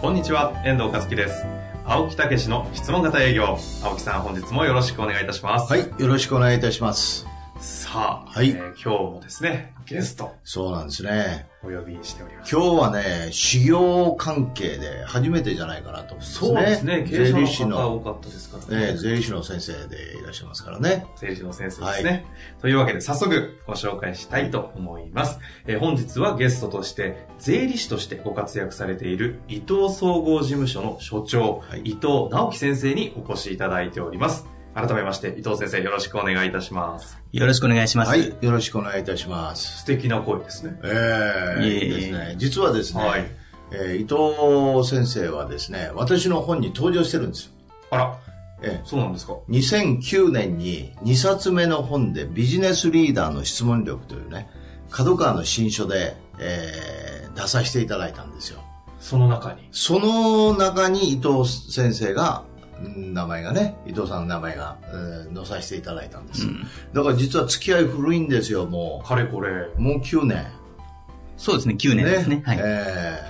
こんにちは、遠藤和樹です。青木武の質問型営業。青木さん、本日もよろしくお願いいたします。はい。、よろしくお願いいたします。さあ、はいえー今日もですね、ゲストそうなんですね。お呼びしております。今日はね、修行関係で初めてじゃないかなと思うんですね。そうですね、経営税者理士の方が多の、かったですからね。えー税理士の先生でいらっしゃいますからね。税理士の先生ですね、というわけで早速ご紹介したいと思います。えー本日はゲストとして、税理士としてご活躍されている伊藤総合事務所の所長、はい伊藤直樹先生にお越しいただいております。改めまして、伊藤先生よろしくお願いいたします。よろしくお願いします。はい。よろしくお願いいたします。素敵な声ですね。えー、いえいえいいですね。実はですね、はいえー伊藤先生はですね、私の本に登場してるんですよ。あら、えそうなんですか。ー2009年に2冊目の本でビジネスリーダーの質問力というね、角川の新書で、えー出させていただいたんですよ。その中に。その中に伊藤先生が、うん名前がね、伊藤さんの名前が、えー載させていただいたんです、だから実は付き合い古いんですよ、もかれこれ。う。もう9年。そうですね、9年ですね。はい。え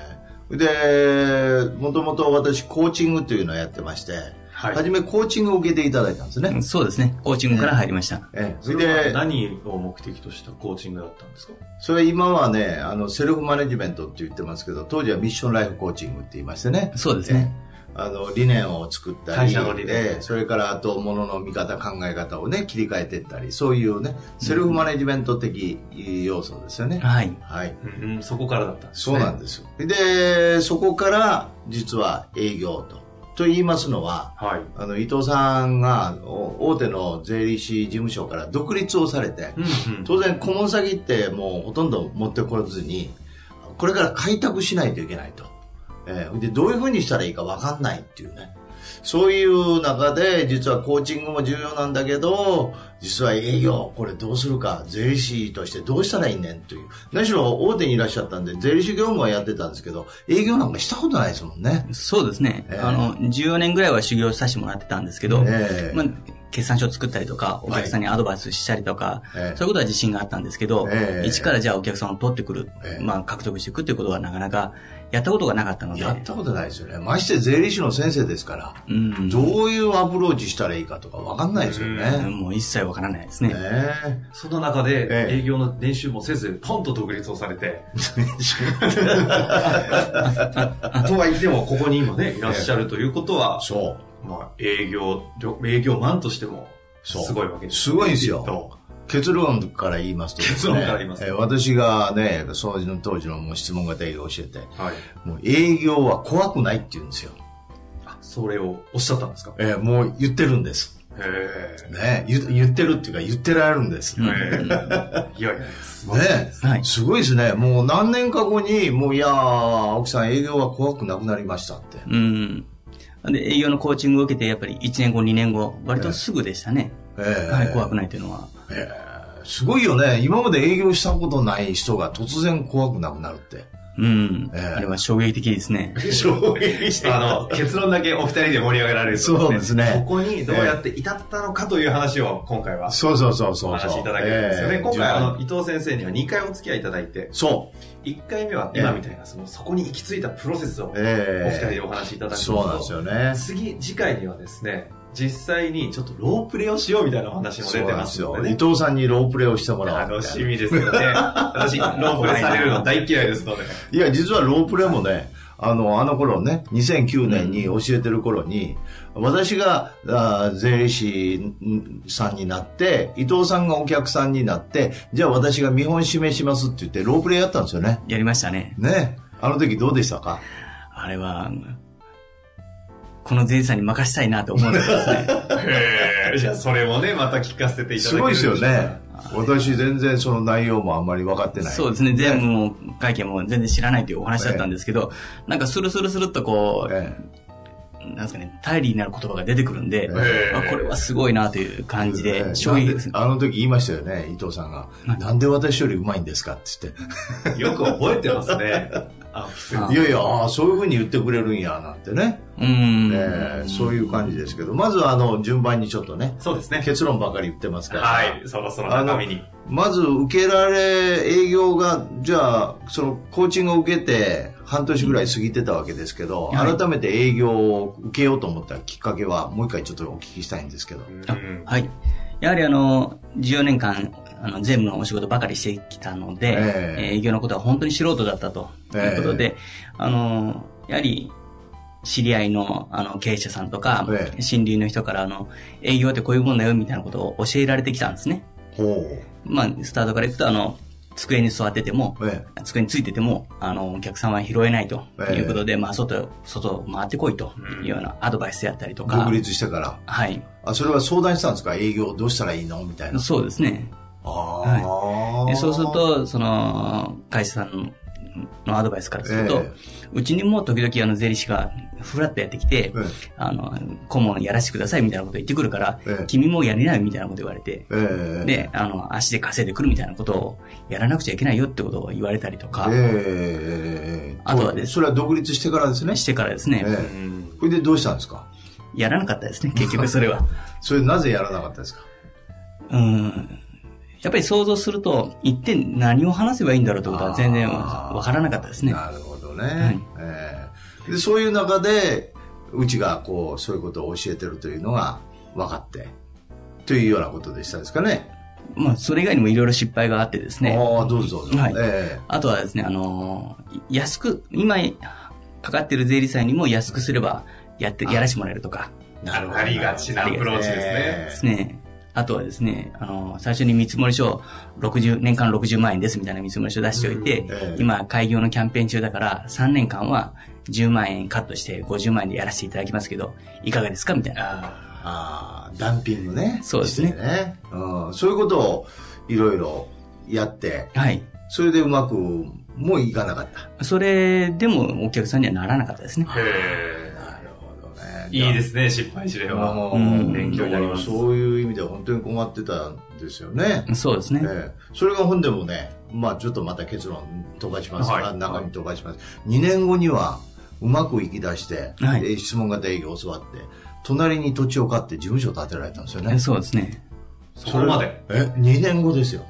ーで、もともと私、コーチングというのをやってまして、はい初めコーチングを受けていただいたんですね。うんそうですね、コーチングから入りました。えーそそれれはで、何を目的としたコーチングだったんですかそれ今はね、あの、セルフマネジメントって言ってますけど、当時はミッションライフコーチングって言いましてね。そうですね。あの、理念を作ったり、会社の理念ええそれから、あと、ものの見方、考え方をね、切り替えていったり、そういうね、セルフマネジメント的要素ですよね。はい。はい。うん、そこからだったんですそね。うなんですよ。で、そこから、実は営業と。と言いますのは、はい。あの、伊藤さんが、お大手の税理士事務所から独立をされて、うんうん。当然、顧問先ってもうほとんど持ってこずに、これから開拓しないといけないと。えーで、どういうふうにしたらいいか分かんないっていうね。そういう中で、実はコーチングも重要なんだけど、実は営業、これどうするか、税理士としてどうしたらいいねんという。何しろ大手にいらっしゃったんで、税理士業務はやってたんですけど、営業なんかしたことないですもんね。そうですね、ええあの、14年ぐらいは修行させてもらってたんですけど、ええまあ、決算書作ったりとか、お客さんにアドバイスしたりとか、ええそういうことは自信があったんですけど、ええ一からじゃあお客さんを取ってくる、ええまあ、獲得していくっていうことはなかなかやったことがなかったので、やったことないですよね。まして税理士の先生ですから、うん、どういうアプローチしたらいいかとか分かんないですよね。もう一切わからないですね。ねえその中で、ええ営業の練習もせず、ポンと独立をされ て、とは言っても、ここに今ね、いらっしゃるということは、そう。まあ、営業、営業マンとしても、そうすごいわけです。すごいんですきっよ。と結論から言いますとですね、結論から言いますえー私がね、その当時のもう質問型営業を教えて、はい。もう営業は怖くないって言うんですよ。あそれをおっしゃったんですかえーもう言ってるんです。へ え。ね言、言ってるっていうか言ってられるんです。うんね、いやいや、すごいはいすごいですね。もう何年か後に、もういやー、青木さん営業は怖くなくなりましたって。うん。で、営業のコーチングを受けて、やっぱり1年後、2年後、割とすぐでしたね。えーはい、怖くないというのは。えーすごいよね。今まで営業したことない人が突然怖くなくなるって。うん。ええあれは衝撃的ですね。衝撃し あの、結論だけお二人で盛り上げられるとそうですねそこにどうやって至ったのかという話を今回はそうそうそうおそうそう。話しいただけるんですよね。ええ今回あ順の、番伊藤先生には2回お付き合いいただいて、そう。 1回目は今みたいな、その、そこに行き着いたプロセスをおええ二人でお話しいただくのとそうなんですよね。次、次回にはですね、実際にちょっとロープレイをしようみたいなお話もそ出うてなんまですすよの。で伊ね。藤さんにロープレイをしてもらおう。楽し。みですよね。私、ロープレイされるの大嫌いです ので。いや、実はロープレイもね、あの、あの頃ね、2009年に教えてる頃に、私があー税理士さんになって、伊藤さんがお客さんになって、じゃあ私が見本示しますって言って、ロープレイやったんですよね。やりましたね。ね。あの時どうでしたかあれは、この税理士さんに任したいなと思うんですね。へえじゃあそれもね、また聞かせていただけるすごいですよね。私全然その内容もあんまり分か ってない。そうですね、全部も会見も全然知らないというお話だったんですけど、なんかスルスルスルっとこう、えなんですかね、頼りになる言葉が出てくるんで、えあこれはすごいなという感じえで、衝なん撃でですね。あの時言いましたよね、伊藤さんが。なんで私よりうまいんですかってよく覚えてますね。あ、言って。いやいや、ああそういうふうに言ってくれるんや、なんてね。うん。ええそういう感じですけど、まずはあの、順番にちょっとね、そうですね。結論ばかり言ってますから。はい、そろそろ中身に。まず受けられ、営業が、じゃあ、そのコーチングを受けて半年ぐらい過ぎてたわけですけど、はい改めて営業を受けようと思ったきっかけは、もう一回ちょっとお聞きしたいんですけど。うんはい。やはりあの、14年間、あの、全部のお仕事ばかりしてきたので、えええー営業のことは本当に素人だったということで、あの、やはり、知り合いのあの経営者さんとか、ええ親類の人からあの、営業ってこういうもんだよみたいなことを教えられてきたんですね。ほまあ、スタートからいくと、あの、机に座ってても、う。え机についてても、あの、お客さんは拾えないとええいうことで、まあ、外、外を回ってこいというようなアドバイスやったりとえ、か独、立してから。はい。あ、それは相談したんですか営業どうしたらいいのみたいな。そうですね。あーでそうする、と、その、会社さんのアドバイスからすると、えうちにも時々あの税理士がふらっとやってきて、えあの、顧問やらせてくださいみたいなこと言ってくるから、ええ君もやりなよみたいなこと言われて、えええで、あの、足で稼いでくるみたいなことをやらなくちゃいけないよってことを言われたりとか、ええあとはですそれは独立してからですね。してからですね、ええこれでどうしたんですかやらなかったですね、結局そ れは。それなぜやらなかったですかうん。やっぱり想像すると、一体何を話せばいいんだろうってことは全然あーわからなかったですね。なるほどね、いええでそういう中でうちがこうそういうことを教えてるというのが分かってというようなことでしたですかねまあ、それ以外にもいろいろ失敗があってですね。ああどうぞどうぞ、はいえあとはですね、あのー安く、今、かかってる税理士さんにも安くすれば、やって、やらしてもらえるとかえなあるほどなりがちなアプローチですね。ですねね。あとはですね、あのー最初に見積書、60、年間60万円ですみたいな見積書出しておいて、ええ今、開業のキャンペーン中だから、3年間は10万円カットして50万円でやらせていただきますけど、いかがですかみたいな。あああダンピングねそうですねしてね、うん、そういうことをいろいろやってはい。それでうまくもいかなかったそれでもお客さんにはならなかったですね。ーへなるほどねーいいですね、失敗事例は。うん勉強になりますそういう意味では本当に困ってたんですよねそうですね。ええそれが本でもね、まあちょっとまた結論飛ばしますが、はい中に飛ばします。2年後にはうまくいき出して、はいで質問型営業を教わって、隣に土地を買って事務所を建てられたんですよね。そうですね。そこまで。え、2年後ですよ。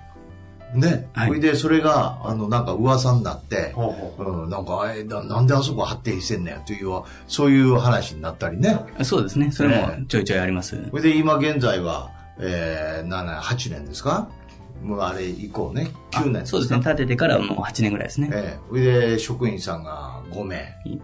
ね。はいそれでそれが、あの、なんか噂になって、ほうほうん、なんか、えな、なんであそこ発展してんねやという、そういう話になったりね。そうですね。それもちょいちょいあります。それで今現在は、えー、7、8年ですかもうあれ以降ね、9年そうですね。建ててからもう8年ぐらいですね。ええ、それで職員さんが5名、い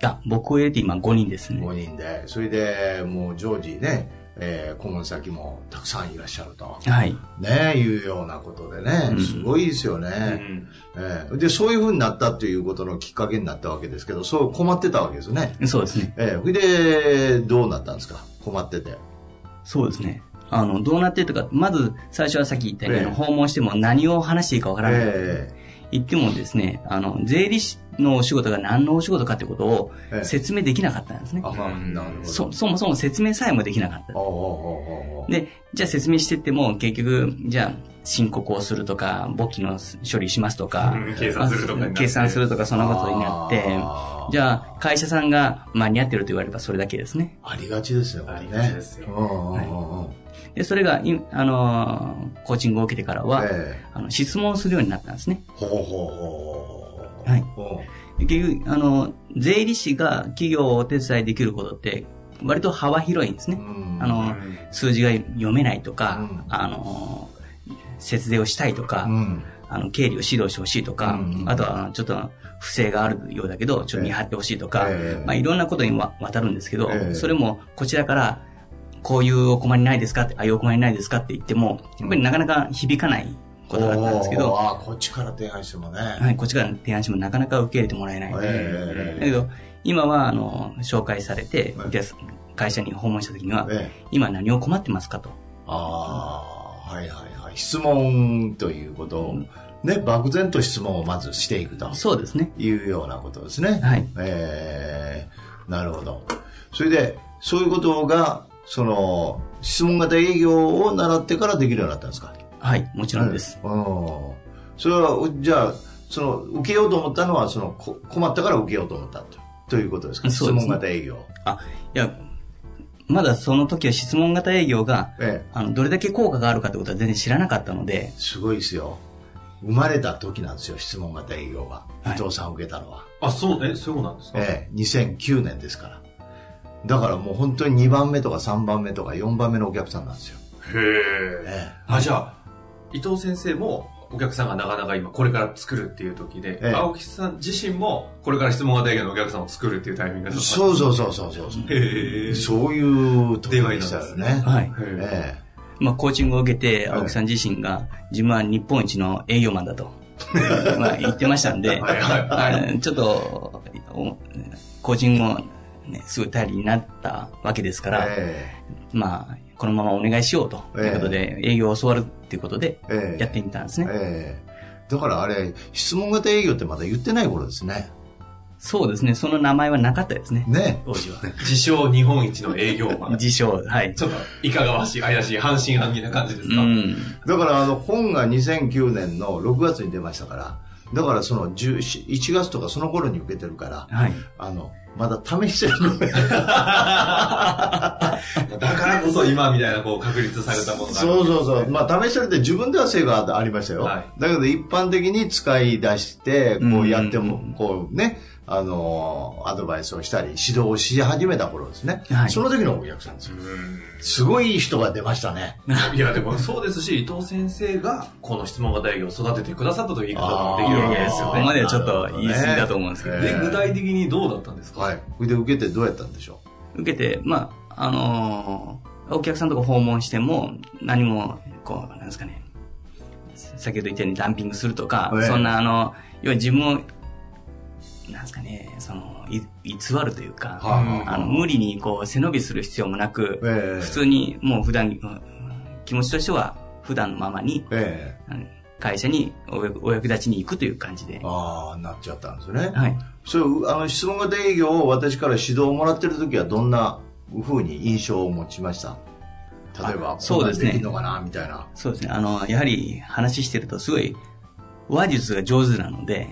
や、僕を入れて今5人ですね5。人で、それでもう常時ね、ええ顧問先もたくさんいらっしゃると、はい。ね、いうようなことでね、すごいですよう。うね、んええで、そういうふうになったということのきっかけになったわけですけど、そう困ってたわけですね。そうですね。ええ、それでどうなったんですか困ってて。そうですね。あの、どうなってとか、まず最初はさっき言ったように、ええ訪問しても何を話していいかわからない。え言ってもですね、あの、税理士のお仕事が何のお仕事かってことをええ説明できなかったんですねえ。あ、なるほど。そ、そもそも説明さえもできなかったおう。おうおうおうおうで、じゃあ説明してっても、結局、じゃあ、申告をするとか、簿記の処理しますとかうん、計算するとかになって計算するとか、そんなことになって、あーじゃあ、会社さんが間に合ってると言われればそれだけですね。ありがちですよ、これね。ありがちですようんうんうんうんで、それが、いあのーコーチングを受けてからは、ええあの質問をするようになったんですね。ほうほうほうほう。はいうんで結局、あの、税理士が企業をお手伝いできることって、割と幅広いんですね。あうんの、数字が読めないとか、うんあのー、節税をしたいとか、うんあの、経理を指導してほしいとか、うんあとは、あのちょっと、不正があるようだけど、ちょっと見張ってほしいとか、ええまあ、いろんなことにわ渡るんですけど、ええそれも、こちらから、こういうお困りないですかって、ああいうお困りないですかって言っても、やっぱりなかなか響かないことだったんですけおーど、あーこっちから提案してもね。はい、こっちからの提案してもなかなか受け入れてもらえない。えだえけど、今は、あの、紹介されて、はいで会社に訪問した時には、ええ今何を困ってますかと。あはいはいはい。質問ということを、ね、漠然と質問をまずしていくとそうですね。いうようなことですね。はい。えー、なるほど。それで、そういうことが、その、質問型営業を習ってからできるようになったんですかはい、もちろんです。うん。それは、うじゃあ、その、受けようと思ったのは、その、こ困ったから受けようと思ったとということですかそうですね質問型営業。あ、いや、まだその時は質問型営業が、ええ。あの、どれだけ効果があるかってことは全然知らなかったので、すごいですよ。生まれた時なんですよ、質問型営業が。伊藤さん受けたのは。あ、そう、え、そうなんですかええ、2009年ですから。だからもう本当に2番目とか3番目とか4番目のお客さんなんですよ。へえ。えあ、じゃあ、伊藤先生も、お客さんがなかなか今これから作るっていう時で、ええ青木さん自身もこれから質問型営業のお客さんを作るっていうタイミングえ。だったそうそうそうそうそうそう。へえ。そういう時でしたよね。はい。へええまあ、コーチングを受けて、はい青木さん自身が、自分は日本一の営業マンだと、まあ、言ってましたんで、はいはいはい。あちょっと、おコーチングも、ね、すごい頼りになったわけですかえ。ら、えまあ、このままお願いしようということで、営業を教わるっていうことで、え。ええやってみたんですね。ええだからあれ、質問型営業ってまだ言ってない頃ですね。そうですね、その名前はなかったですね、ね。当時は。自称日本一の営業マン。自称、はい。ちょっと、いかがわしい、怪しい、半信半疑な感じですうか、ん。だからあの本が2009年の6月に出ましたから、だからその10 1月とかその頃に受けてるから、はい。あの、まだ試してる頃だからこそ今みたいなこう確立されたものがあるそうそうそう。まあ試してるって自分では成果がありましたよ。はだけど一般的に使い出して、こうやっても、うんこうね、あのーアドバイスをしたり、指導をし始めた頃ですね。はいその時のお客さんですよ。すごい人が出ましたね。いやでもそうですし伊藤先生がこの質問型営業を育ててくださったという言い方もできいるやわいけや、ですそよこねまではちょっと言い過ぎだと思うんですけど、なるほどねで具体的にどうだったんですか、はい。それで受けてどうやったんでしょ受けて、まあ、あのーお客さんとか訪問しても、何も、こう、なんですかね、先ほど言ったようにダンピングするとか、ええそんな、あの、要は自分を、なんですかね、その、い偽るというか、はいあの無理にこう背伸びする必要もなく、うええ普通にもう普段、うん気持ちとしては普段のままに、ええうん会社にお役お役立ちに行くという感じで、ああ、なっちゃったんですね。はい。それあの質問型営業を私から指導をもらってる時はどんな風に印象を持ちました例えばあそうですこんねなんできるのかなみたいなそうですね。あの、やはり話してるとすごい話術が上手なので、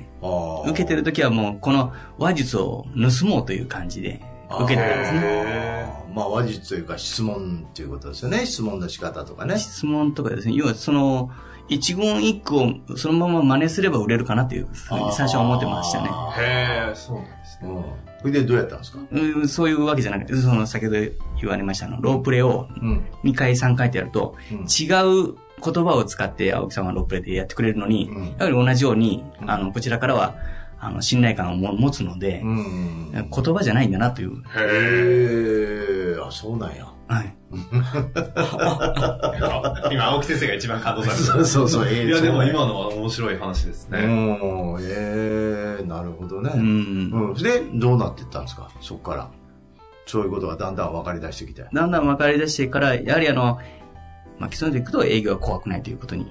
受けてる時時はもうこの話術を盗もうという感じで受けてたんですね。ねまあ話術というか質問ということですよね質問の仕方とかね質問とかですね、要はその、一言一句をそのまま真似すれば売れるかなというふうに最初は思ってましたね。へえそうなんですねうんそれでどうやったんですかうんそういうわけじゃなくて、その先ほど言われましたあの、ロープレをうん2回3回ってやると、うん違う言葉を使って青木さんはロープレでやってくれるのに、うんやはり同じように、うんあの、こちらからは、あの、信頼感をも持つので、うん言葉じゃないんだなという。へえあそうなん やはい。今青木先生が一番感動されそうそうそうたええいやでそうもね今のは面白い話ですうね、んええなるほどねうん。うん、でどうなっていったんですかそこからそういうことがだんだん分かり出してきてだんだん分かり出してから、やはりあの、まあ、既存でいくと営業は怖くないということに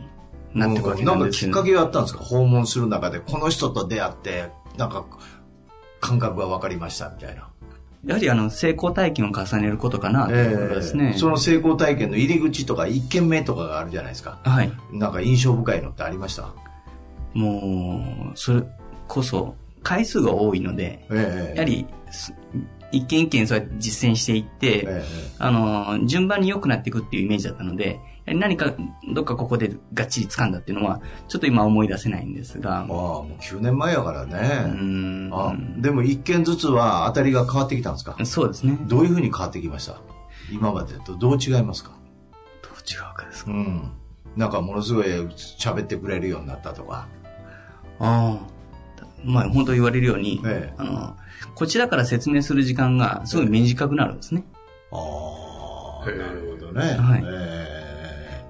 なっていくわうけなんですけんなど、んかきっかけがあったんですか訪問する中でこの人と出会ってなんか感覚が分かりましたみたいな、やはりあの、成功体験を重ねることかなということですね。その成功体験の入り口とか1軒目とかがあるじゃないですかはい。なんか印象深いのってありましたもう、それこそ、回数が多いので、えやはり、す一件一件そうやって実践していって、えあの、順番に良くなっていくっていうイメージだったので、やはり何か、どっかここでがっちり掴んだっていうのは、ちょっと今思い出せないんですが、ああもう9年前やからうね、んあでも1軒ずつは当たりが変わってきたんですか、そうですね。どういうふうに変わってきました今までとどう違いますかどう違うかですかうんなんかものすごい喋ってくれるようになったとか、ああ。まあ、本当言われるように、ええあの、こちらから説明する時間がすごい短くなるんですね。ああ、へえなるほどね。はいえ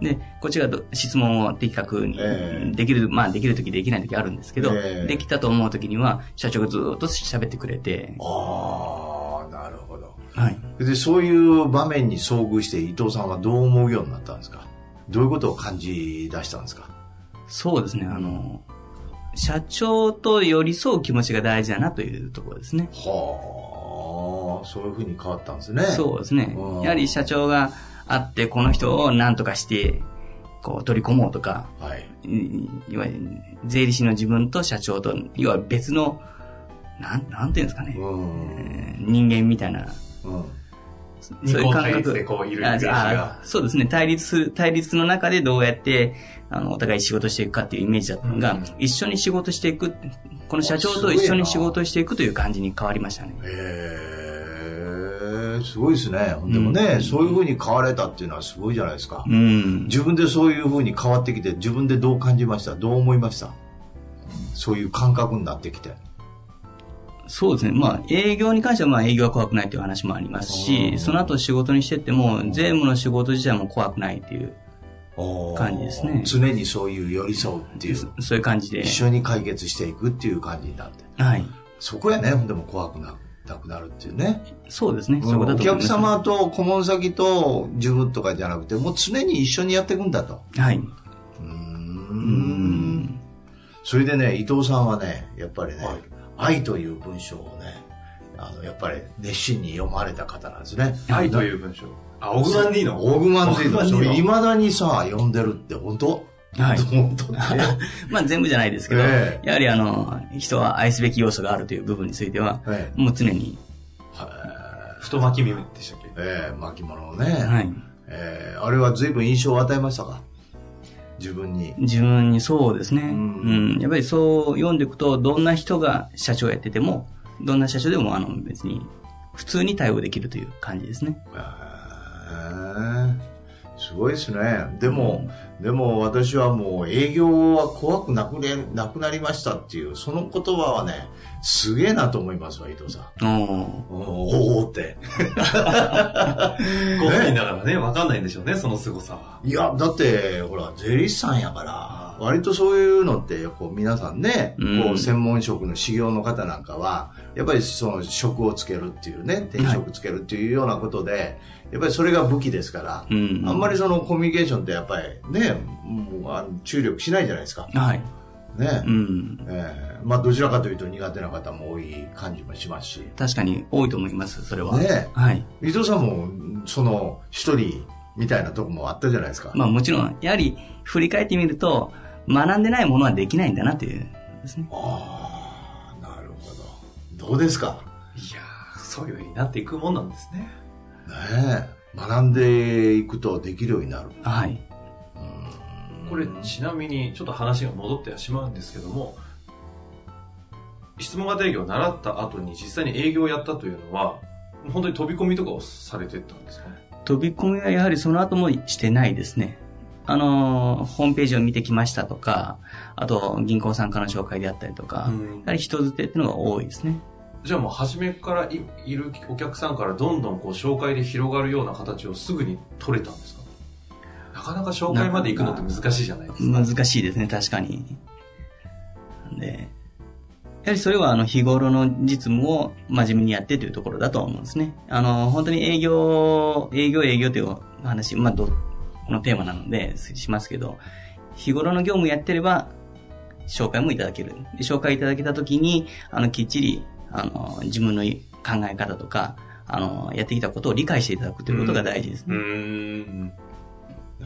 で、こっちがど質問を的確にええできる、まあできる時できない時あるんですけど、ええできたと思う時には社長がずっと喋ってくれてー、ああ、なるほど。はい。で、そういう場面に遭遇して伊藤さんはどう思うようになったんですかどういうことを感じ出したんですかそうですね、あの、社長と寄り添う気持ちが大事だなというところですね。はあ、そういうふうに変わったんですね。そうですねうん。やはり社長があって、この人を何とかして、こう取り込もうとか、はい。うんいわゆる税理士の自分と社長と、いわゆる別の、なん、なんていうんですかねう、ん。えー人間みたいな、うん。そう二いう項感対立で覚。こういるイメあージがあ。そうですね。対立する、対立の中でどうやって、あの、お互い仕事していくかっていうイメージだったのが、うん一緒に仕事していく、この社長あすごといな一緒に仕事していくという感じに変わりましたね。へえ、すごいですね。でもね、うんそういうふうに変われたっていうのはすごいじゃないですか。うん。自分でそういうふうに変わってきて、自分でどう感じましたどう思いましたそういう感覚になってきて。そうですね。まあ、営業に関しては、まあ、営業は怖くないという話もありますうし、んその後仕事にしてっても、税務の仕事自体も怖くないっていう、感じですね常にそういう寄り添うっていう、そそういう感じで一。緒に解決していくっていう感じになって。はい。そこやね、でも怖くななくなるっていうね。そうですね。そういんうことおだと思い客ます。様と顧問先と自分とかじゃなくて、もう常に一緒にやっていくんだと。はい。うーうんん。それでね、伊藤さんはね、やっぱりね、はい愛という文章をね、あの、やっぱり熱心に読まれた方なんですね。愛という文章。あ、オグマンディーノ。オグマンディーオノ。グマそンディーノれ未だにさ、読んでるって本当はい本当 ね。まあ、全部じゃないですけど、えやはりあの、人は愛すべき要素があるという部分については、えもう常に、太巻き耳でしたっけえええ巻物をね、はい。ええあれは随分印象を与えましたか自分に。自分にそうですね。うんん。やっぱりそう読んでいくと、どんな人が社長やってても、どんな社長でも、あの、別に、普通に対応できるという感じですね。ええすごいですね。でも、でも私はもう営業は怖くなくれ、なくなりましたっていう、その言葉はね、すげえなと思いますわ、伊藤さん。おーうんおおって。ご本人だからね、わかんないんでしょうね、その凄さは。いや、だって、ほら、税理士さんやから、割とそういうのって、こう、皆さんね、うんこう、専門職の修行の方なんかは、やっぱりその、職をつけるっていうね、転職つけるっていうようなことで、やっぱりそれが武器ですから、うん。あんまりその、コミュニケーションってやっぱりね、もうあの注力しないじゃないですか。はい。ね。うん。えーまあ、どちらかというと苦手な方も多い感じもしますし、確かに多いと思います、それは。ねはい。伊藤さんも、その、一人みたいなとこもあったじゃないですか。まあもちろん、やはり振り返ってみると、学んでないものはできないんだなっていうですね。ああ、なるほど。どうですかいやー、そういう風になっていくもんなんですね。ねえ。学んでいくとできるようになる。はい。これちなみにちょっと話が戻ってはしまうんですけども質問型営業を習った後に実際に営業をやったというのは本当に飛び込みとかをされてったんですかね飛び込みはやはりその後もしてないですね。あのー、ホームページを見てきましたとか、あと銀行参加の紹介であったりとか、やはり人づてっていうのが多いですね。じゃあもう初めからいいるお客さんからどんどんこう紹介で広がるような形をすぐに取れたんですかなかなか紹介まで行くのって難しいじゃないですか難しいですね、確かに。で、やはりそれはあの日頃の実務を真面目にやってというところだと思うんですね。あの、本当に営業、営業営業という話、まあ、ど、このテーマなのでしますけど、日頃の業務やってれば、紹介もいただける。で紹介いただけたときに、あの、きっちり、あの、自分の考え方とか、あの、やってきたことを理解していただくということが大事ですね。んな